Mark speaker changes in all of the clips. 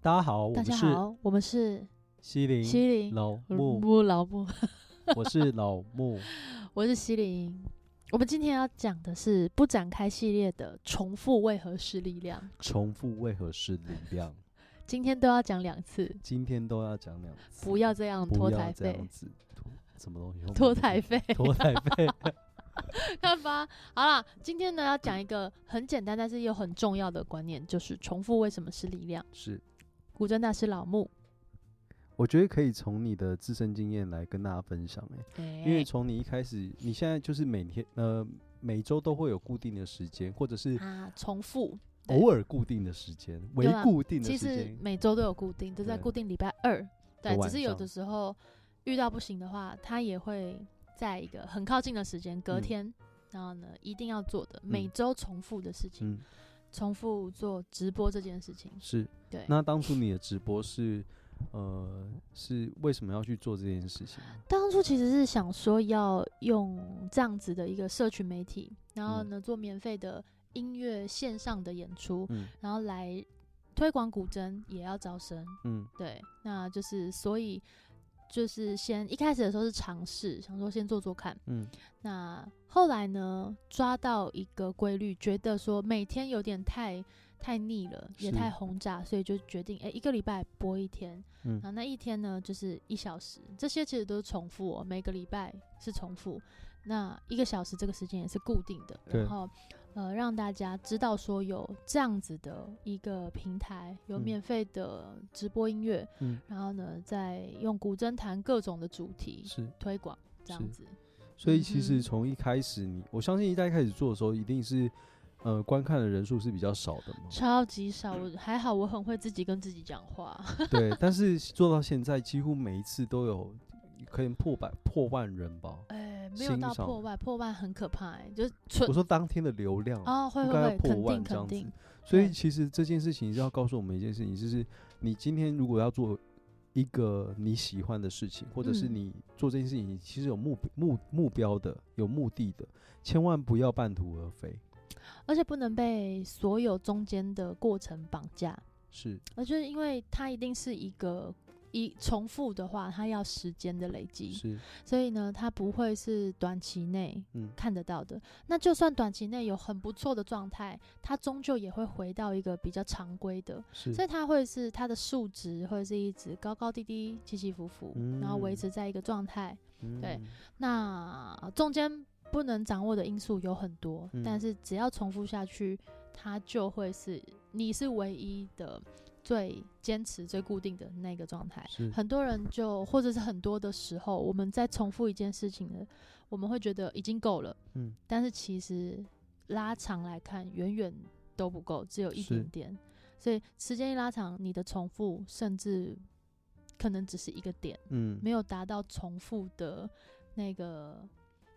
Speaker 1: 大家好，我
Speaker 2: 大
Speaker 1: 们
Speaker 2: 家
Speaker 1: 是
Speaker 2: 好，我们是
Speaker 1: 西林
Speaker 2: 西林呃
Speaker 1: 老木，
Speaker 2: 木老木，
Speaker 1: 我是老木。
Speaker 2: 我是西林。我们今天要讲的是不展开系列的重复为何是力量，
Speaker 1: 重复为何是力量？
Speaker 2: 今天都要讲两次，
Speaker 1: 今天都要讲两次，
Speaker 2: 不要这样
Speaker 1: 不
Speaker 2: 拖
Speaker 1: 要
Speaker 2: 台
Speaker 1: 这样
Speaker 2: 费，
Speaker 1: 子，拖什么东西？
Speaker 2: 拖台费，
Speaker 1: 拖台费，
Speaker 2: 看吧。好啦，今天呢要讲一个很简单，但是又很重要的观念，就是重复为什么是力量。
Speaker 1: 是，
Speaker 2: 古筝大师老木，
Speaker 1: 我觉得可以从你的自身经验来跟大家分享、欸，
Speaker 2: 哎
Speaker 1: 因为从你一开始，你现在就是每天呃每周都会有固定的时间，或者是
Speaker 2: 啊，重复对
Speaker 1: 偶尔固定的时间，为
Speaker 2: 对啊
Speaker 1: 固定的
Speaker 2: 其
Speaker 1: 时
Speaker 2: 实
Speaker 1: 间，
Speaker 2: 每周都有固定，都在
Speaker 1: 对
Speaker 2: 固定礼拜二。对，只
Speaker 1: 晚
Speaker 2: 是有
Speaker 1: 上
Speaker 2: 的时候遇到不行的话，他也会在一个很靠近的时间，
Speaker 1: 嗯
Speaker 2: 隔天，然后呢，一定要做的，每
Speaker 1: 嗯
Speaker 2: 周重复的事情，
Speaker 1: 嗯，
Speaker 2: 重复做直播这件事情。
Speaker 1: 是。
Speaker 2: 对，
Speaker 1: 那当初你的直播是，呃，是为什么要去做这件事情？
Speaker 2: 当初其实是想说要用这样子的一个社群媒体，然后
Speaker 1: 嗯
Speaker 2: 呢，做免费的音乐线上的演出，
Speaker 1: 嗯
Speaker 2: 然后来推广古筝，也要招生。
Speaker 1: 嗯
Speaker 2: 对，那就是所以就是先一开始的时候是尝试，想说先做做看。
Speaker 1: 嗯
Speaker 2: 那后来呢，抓到一个规律，觉得说每天有点太太腻了，也
Speaker 1: 是
Speaker 2: 太轰炸，所以就决定哎、诶一个礼拜播一天，
Speaker 1: 嗯
Speaker 2: 然后那一天呢就是一小时，这些其实都是重复、哦，每个礼拜是重复。那一个小时这个时间也是固定的，
Speaker 1: 对
Speaker 2: 然后呃让大家知道说有这样子的一个平台，有
Speaker 1: 嗯
Speaker 2: 免费的直播音乐，
Speaker 1: 嗯，
Speaker 2: 然后呢再用古筝弹各种的主题
Speaker 1: 是。
Speaker 2: 推广，这
Speaker 1: 是
Speaker 2: 样子。
Speaker 1: 所以其
Speaker 2: 嗯
Speaker 1: 实
Speaker 2: 哼
Speaker 1: 从一开始你，我相信一在一开始做的时候，一定是，呃，观看的人数是比较少的 嘛。
Speaker 2: 超级少，我还好，我很会自己跟自己 讲话。
Speaker 1: 对，但是做到现在，几乎每一次都有可以破百破万人吧。
Speaker 2: 哎、没有
Speaker 1: 欣
Speaker 2: 到
Speaker 1: 赏
Speaker 2: 破万，破万很可怕、哎，就是纯
Speaker 1: 我说当天的流量啊，
Speaker 2: 哦，会
Speaker 1: 应
Speaker 2: 会
Speaker 1: 该要
Speaker 2: 会，
Speaker 1: 破
Speaker 2: 肯
Speaker 1: 万
Speaker 2: 定
Speaker 1: 这样
Speaker 2: 肯
Speaker 1: 子
Speaker 2: 定，。
Speaker 1: 所以
Speaker 2: 对
Speaker 1: 其实这件事情是要告诉我们一件事情，就是你今天如果要做一个你喜欢的事情，或者是
Speaker 2: 嗯
Speaker 1: 你做这件事情，你其实有目目目标的、有目的的，千万不要半途而废。
Speaker 2: 而且不能被所有中间的过程绑架，
Speaker 1: 是，
Speaker 2: 而就是因为它一定是一个一重复的话，它要时间的累积，
Speaker 1: 是，
Speaker 2: 所以呢，它不会是短期内
Speaker 1: 嗯，
Speaker 2: 看得到的。那就算短期内有很不错的状态，它终究也会回到一个比较常规的，
Speaker 1: 是
Speaker 2: 所，以它会是它的数值会是一直高高低低、起起伏伏，然后维
Speaker 1: 嗯
Speaker 2: 持在一个状态。对
Speaker 1: 嗯，
Speaker 2: 那中间不能掌握的因素有很多，
Speaker 1: 嗯
Speaker 2: 但是只要重复下去，它就会是你是唯一的、最坚持、最固定的那个状态。
Speaker 1: 是，
Speaker 2: 很多人就或者是很多的时候，我们在重复一件事情的，我们会觉得已经够了，
Speaker 1: 嗯，
Speaker 2: 但是其实拉长来看，远远都不够，只有一
Speaker 1: 是
Speaker 2: 点点。所以时间一拉长，你的重复甚至可能只是一个点，
Speaker 1: 嗯，
Speaker 2: 没有达到重复的那个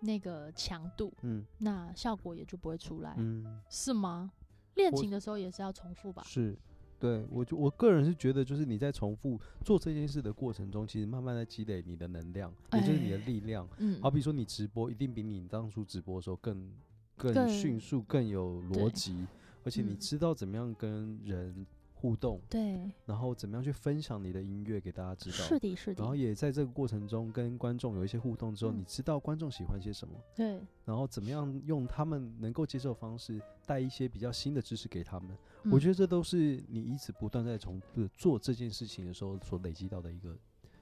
Speaker 2: 那个强度，
Speaker 1: 嗯，
Speaker 2: 那效果也就不会出来，
Speaker 1: 嗯，
Speaker 2: 是吗？练
Speaker 1: 我
Speaker 2: 琴的时候也是要重复吧？
Speaker 1: 是。对我就我个人是觉得，就是你在重复做这件事的过程中，其实慢慢在积累你的能量，也就是你的
Speaker 2: 哎
Speaker 1: 力量。
Speaker 2: 嗯，
Speaker 1: 好比说你直播，一定比你当初直播的时候更更
Speaker 2: 更
Speaker 1: 迅速、更有逻
Speaker 2: 对
Speaker 1: 辑，而且你
Speaker 2: 嗯
Speaker 1: 知道怎么样跟人互动，
Speaker 2: 对，
Speaker 1: 然后怎么样去分享你的音乐给大家知
Speaker 2: 是
Speaker 1: 道。
Speaker 2: 的，是
Speaker 1: 然后
Speaker 2: 的，
Speaker 1: 也在这个过程中跟观众有一些互动之后，
Speaker 2: 嗯
Speaker 1: 你知道观众喜欢些什么，
Speaker 2: 对，
Speaker 1: 然后怎么样用他们能够接受的方式带一些比较新的知识给他们。我觉
Speaker 2: 得
Speaker 1: 得这都是你一直不断在重复做这件事情的时候所累积到的一个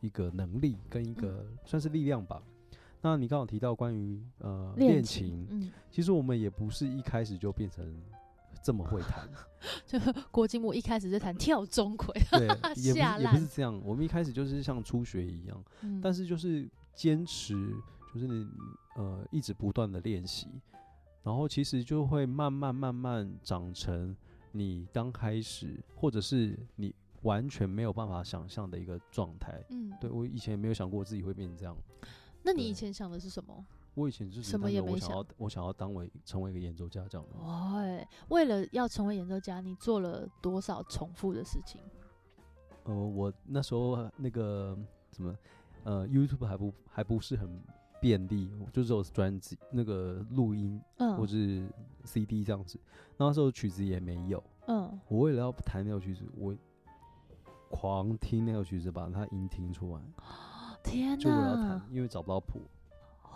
Speaker 1: 一个能力跟一个
Speaker 2: 嗯
Speaker 1: 算是力量吧。那你刚好提到关于呃
Speaker 2: 练
Speaker 1: 琴，
Speaker 2: 嗯，
Speaker 1: 其实我们也不是一开始就变成这么会 弹，
Speaker 2: 就郭敬木一开始在弹跳钟 馗，
Speaker 1: 对，也不
Speaker 2: 吓
Speaker 1: 是也不是
Speaker 2: 烂
Speaker 1: 这样。我们一开始就是像初学一样，
Speaker 2: 嗯
Speaker 1: 但是就是坚持，就是你呃一直不断的练习，然后其实就会慢慢慢慢长成你刚开始或者是你完全没有办法想象的一个状态。
Speaker 2: 嗯，
Speaker 1: 对我以前也没有想过自己会变成这样，
Speaker 2: 那你
Speaker 1: 对
Speaker 2: 以前想的是什么？
Speaker 1: 我以前就是
Speaker 2: 什么也
Speaker 1: 我
Speaker 2: 没
Speaker 1: 想要我想要当为成为一个演奏家这样。
Speaker 2: 哇、哎，为了要成为演奏家，你做了多少重复的事情？
Speaker 1: 呃，我那时候那个什么，呃，YouTube 还不还不是很便利，我就只有专辑那个录音或
Speaker 2: 嗯
Speaker 1: 是 CD 这样子。那时候曲子也没有，
Speaker 2: 嗯，
Speaker 1: 我为了要弹那首曲子，我狂听那个曲子，把它音听出来，
Speaker 2: 哦天
Speaker 1: 就为了要弹
Speaker 2: 哪，
Speaker 1: 因为找不到谱。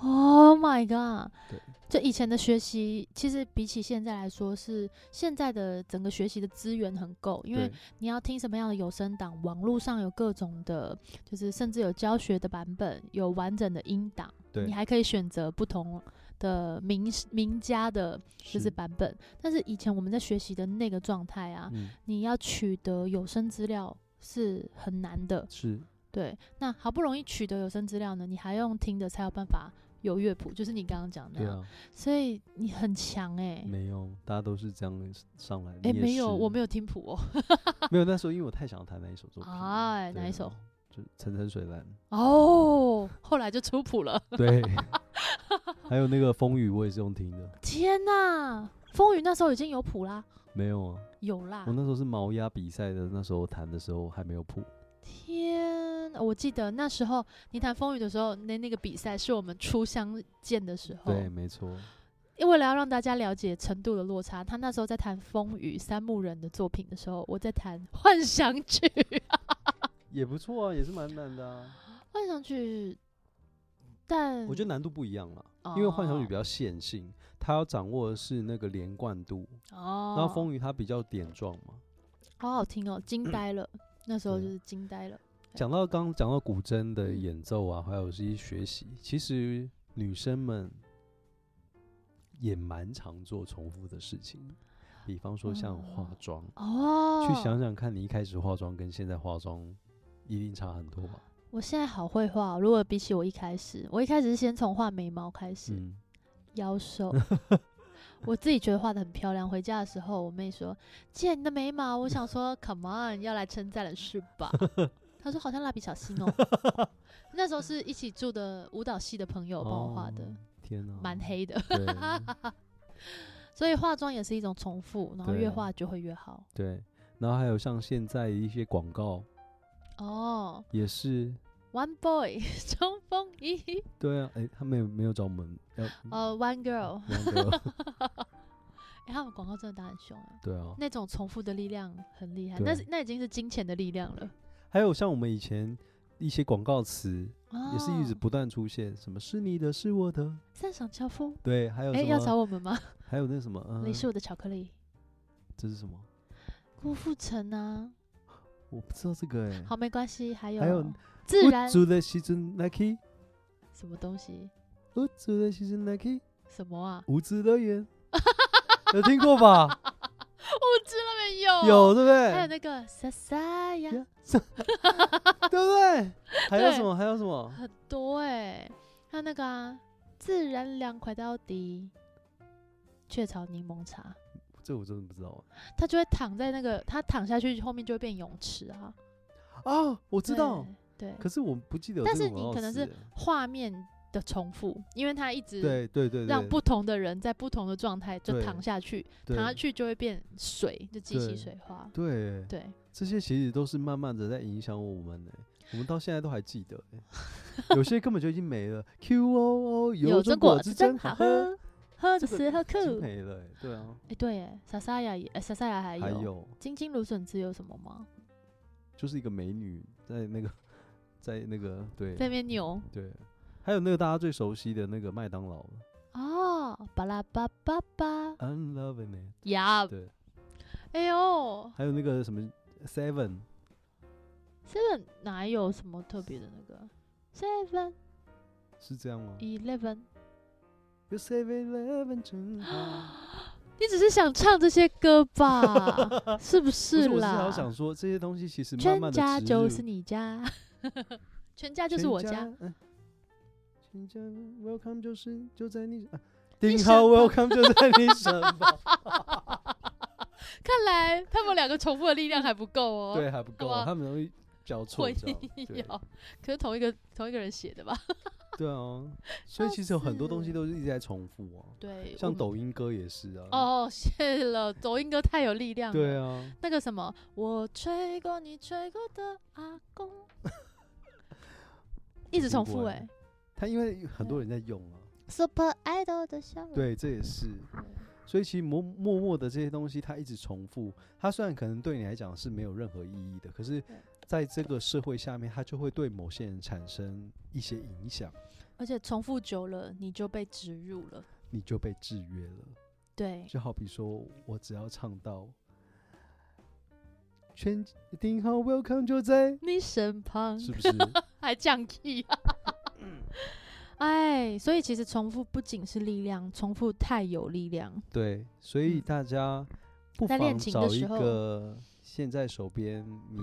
Speaker 2: ！Oh my god！
Speaker 1: 对，
Speaker 2: 就以前的学习，其实比起现在来说是，现在的整个学习的资源很够，因为
Speaker 1: 对
Speaker 2: 你要听什么样的有声档，网络上有各种的，就是甚至有教学的版本，有完整的音档，
Speaker 1: 对
Speaker 2: 你还可以选择不同的名名家的就是版本。但是以前我们在学习的那个状态啊，
Speaker 1: 嗯
Speaker 2: 你要取得有声资料是很难的，
Speaker 1: 是
Speaker 2: 对，那好不容易取得有声资料呢，你还用听的才有办法有乐谱，就是你刚刚讲的
Speaker 1: 对
Speaker 2: 那样。
Speaker 1: 啊，
Speaker 2: 所以你很强哎、欸，
Speaker 1: 没有，大家都是这样上来。
Speaker 2: 哎、没有，我没
Speaker 1: 有，
Speaker 2: 有听谱哦、
Speaker 1: 没有那时候，因为我太想弹那一首作品了。
Speaker 2: 哎
Speaker 1: 对
Speaker 2: 哪一
Speaker 1: 啊
Speaker 2: 首？
Speaker 1: 就《层层水 蓝
Speaker 2: 哦，后来就出谱了。》。
Speaker 1: 对， 还有那个《风雨》，我也是用听的。
Speaker 2: 天哪，风雨那时候已经有谱啦，
Speaker 1: 没有啊，
Speaker 2: 有啦
Speaker 1: 我。那时候是毛鸭比赛的，那时候弹的时候还没有谱。
Speaker 2: 天，我记得那时候你弹风雨的时候，那那个比赛是我们初相见的时候。
Speaker 1: 对，没错。
Speaker 2: 因为为了要让大家了解程度的落差，他那时候在弹风雨三木人的作品的时候，我在弹幻想曲。
Speaker 1: 也不错啊，也是蛮难的啊。
Speaker 2: 幻想曲，但
Speaker 1: 我觉得难度不一样啦，
Speaker 2: 嗯
Speaker 1: 因为幻想
Speaker 2: 哦
Speaker 1: 曲比较线性，它要掌握的是那个连贯度。
Speaker 2: 哦，
Speaker 1: 那风雨它比较点状嘛。
Speaker 2: 好好听哦，惊呆了。那时候就
Speaker 1: 对啊
Speaker 2: 是惊呆了。
Speaker 1: 讲到刚讲到古筝的
Speaker 2: 嗯
Speaker 1: 演奏啊，还有这些学习，其实女生们也蛮常做重复的事情，比方说像化
Speaker 2: 嗯
Speaker 1: 妆，
Speaker 2: 哦，
Speaker 1: 去想，想看你一开始化妆跟现在化妆一定差很多吧？
Speaker 2: 我现在好会画哦。如果比起我一开始，我一开始是先从画眉毛开始，
Speaker 1: 嗯，
Speaker 2: 妖兽。我自己觉得画的很漂亮，回家的时候我妹说：“姐，你的眉毛。”我想说 ：“Come on，要来称赞了是吧？” 她说：“好像蜡笔小新哦。” 那时候是一起住的舞蹈系的朋友帮我画的，
Speaker 1: 哦天哪，
Speaker 2: 蛮、黑的，
Speaker 1: 对。
Speaker 2: 所以化妆也是一种重复，然后
Speaker 1: 对啊
Speaker 2: 越画就会越好。
Speaker 1: 对，然后还有像现在一些广告
Speaker 2: 哦、
Speaker 1: 也是，
Speaker 2: o n e boy 冲锋衣，
Speaker 1: 对啊，哎、他们有没有找我们要
Speaker 2: 呃、o n e girl，
Speaker 1: 那个，
Speaker 2: 哎、他们广告真的打很凶、哎，
Speaker 1: 对啊，
Speaker 2: 那种重复的力量很厉害，
Speaker 1: 对
Speaker 2: 那是那已经是金钱的力量了。
Speaker 1: 还有像我们以前一些广告词，也是一直
Speaker 2: 哦
Speaker 1: 不断出现，什么是你的，是我的，
Speaker 2: 赞赏樵夫。
Speaker 1: 对，还有
Speaker 2: 哎、
Speaker 1: 什
Speaker 2: 要找
Speaker 1: 么，
Speaker 2: 我们吗？
Speaker 1: 还有那什么，嗯、
Speaker 2: 你是我的巧克力，
Speaker 1: 这是什么？
Speaker 2: 郭富城啊。
Speaker 1: 我不知道这个哎、
Speaker 2: 好，没关系，还有
Speaker 1: 还有
Speaker 2: 自
Speaker 1: 我
Speaker 2: 然
Speaker 1: 住的西村 Nike，
Speaker 2: 什么东西
Speaker 1: 我住的西村 Nike，
Speaker 2: 什么啊？
Speaker 1: 无知乐园，有听过吧？
Speaker 2: 我知道没有？
Speaker 1: 有，对不
Speaker 2: 哦还
Speaker 1: 对？
Speaker 2: 有那个莎莎呀，
Speaker 1: 呀 对不对？还有
Speaker 2: 对
Speaker 1: 什么？还有什么？
Speaker 2: 很多哎、还有那个啊，自然凉快到底，雀巢柠檬茶，
Speaker 1: 这我真的不知道哎
Speaker 2: 它就会躺在那个，它躺下去后面就会变泳池啊。
Speaker 1: 啊，我知道，
Speaker 2: 对，对
Speaker 1: 可是我不记得有
Speaker 2: 但
Speaker 1: 这
Speaker 2: 是
Speaker 1: 种
Speaker 2: 你
Speaker 1: 广告
Speaker 2: 可能
Speaker 1: 词
Speaker 2: 是画面的重复，因为它一直
Speaker 1: 对对对，
Speaker 2: 让
Speaker 1: 对
Speaker 2: 不同的人在不同的状态就
Speaker 1: 对
Speaker 2: 躺下去，
Speaker 1: 对
Speaker 2: 躺下去就会变水，就激起
Speaker 1: 对
Speaker 2: 水花。
Speaker 1: 对
Speaker 2: 对，
Speaker 1: 这些其实都是慢慢的在影响我们呢、欸我们到现在都还记得、欸，有些根本就已经没了。Q O O
Speaker 2: 有
Speaker 1: 中
Speaker 2: 真
Speaker 1: 果
Speaker 2: 果
Speaker 1: 汁
Speaker 2: 汁
Speaker 1: 真
Speaker 2: 真
Speaker 1: 好
Speaker 2: 好
Speaker 1: 喝，
Speaker 2: 喝，喝的
Speaker 1: 这个
Speaker 2: 时候
Speaker 1: 已经
Speaker 2: 酷。
Speaker 1: 没了、欸，对啊，
Speaker 2: 哎，对耶，莎莎雅也，哎莎莎雅还
Speaker 1: 还
Speaker 2: 有。
Speaker 1: 有
Speaker 2: 金金芦笋汁有什么吗？
Speaker 1: 就是一个美女在那个在那个对
Speaker 2: 在那边扭
Speaker 1: 对，还有那个大家最熟悉的那个麦当劳
Speaker 2: 哦，巴拉巴巴巴
Speaker 1: ，I'm loving it，
Speaker 2: 呀！
Speaker 1: 对，
Speaker 2: 哎呦
Speaker 1: 还有那个什么 Seven，
Speaker 2: ，Seven 哪有什么特别的那个？Seven
Speaker 1: 是这样吗
Speaker 2: Eleven，
Speaker 1: ？You Seven Eleven 真好。
Speaker 2: 你只是想唱这些歌 吧？是不
Speaker 1: 不
Speaker 2: 是
Speaker 1: 我是
Speaker 2: 啦
Speaker 1: 好？想说这些东西其实慢慢的
Speaker 2: 全家就是你家， 全家就是我家。，
Speaker 1: 嗯全家 welcome 就是就在你啊，
Speaker 2: 你
Speaker 1: 顶
Speaker 2: 身
Speaker 1: 好
Speaker 2: 旁
Speaker 1: welcome 就在你身 旁，
Speaker 2: 看来他们两个重复的力量还不够哦。
Speaker 1: 对，还不够啊，
Speaker 2: 吧
Speaker 1: 他们容易 交错，
Speaker 2: 混
Speaker 1: 你知道吗对
Speaker 2: 有，可是同一个同一个人写的吧？
Speaker 1: 对 啊，所以其实有很多东西都是一直在重复啊，
Speaker 2: 对，
Speaker 1: 像
Speaker 2: 我
Speaker 1: 抖音歌也是啊，，
Speaker 2: 哦，谢了，抖音哥太有力量了。
Speaker 1: 对啊，
Speaker 2: 那个什么，我吹过你吹过的阿公， 一直重复
Speaker 1: 听过
Speaker 2: 哎、
Speaker 1: 欸他因为很多人在用啊，
Speaker 2: Super Idol 的笑容。
Speaker 1: 对，这也是。所以其实默默默的这些东西，它一直重复。它虽然可能对你来讲是没有任何意义的，可是，在这个社会下面，它就会对某些人产生一些影响，
Speaker 2: 而且重复久了，你就被植入了。
Speaker 1: 你就被制约了。
Speaker 2: 对，
Speaker 1: 就好比说，我只要唱到全定好 Welcome 就在，
Speaker 2: 你身旁
Speaker 1: 是不 嗯是？
Speaker 2: 还降 key 啊！哎，所以其实重复不仅是力量，重复太有力量。
Speaker 1: 对，所以
Speaker 2: 嗯
Speaker 1: 大家不
Speaker 2: 在恋
Speaker 1: 妨
Speaker 2: 情
Speaker 1: 找
Speaker 2: 的
Speaker 1: 一
Speaker 2: 时候
Speaker 1: 个现在手边你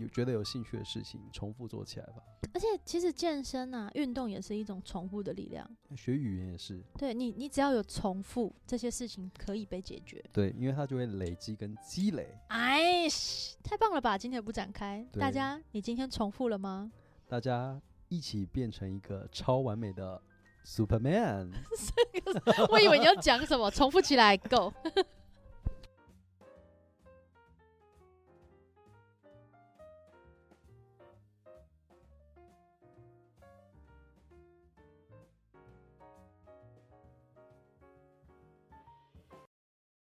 Speaker 1: 有觉得有兴趣的事情，重复做起来吧。
Speaker 2: 而且其实健身啊，运动也是一种重复的力量。
Speaker 1: 学语言也是，
Speaker 2: 对你，你只要有重复，这些事情可以被解决。
Speaker 1: 对，因为它就会累积跟积累。
Speaker 2: 哎，太棒了吧！今天不展开，大
Speaker 1: 对
Speaker 2: 家，你今天重复了吗？
Speaker 1: 大家一起变成一个超完美的 Superman。
Speaker 2: 我以为你要讲什么，重复起来，Go！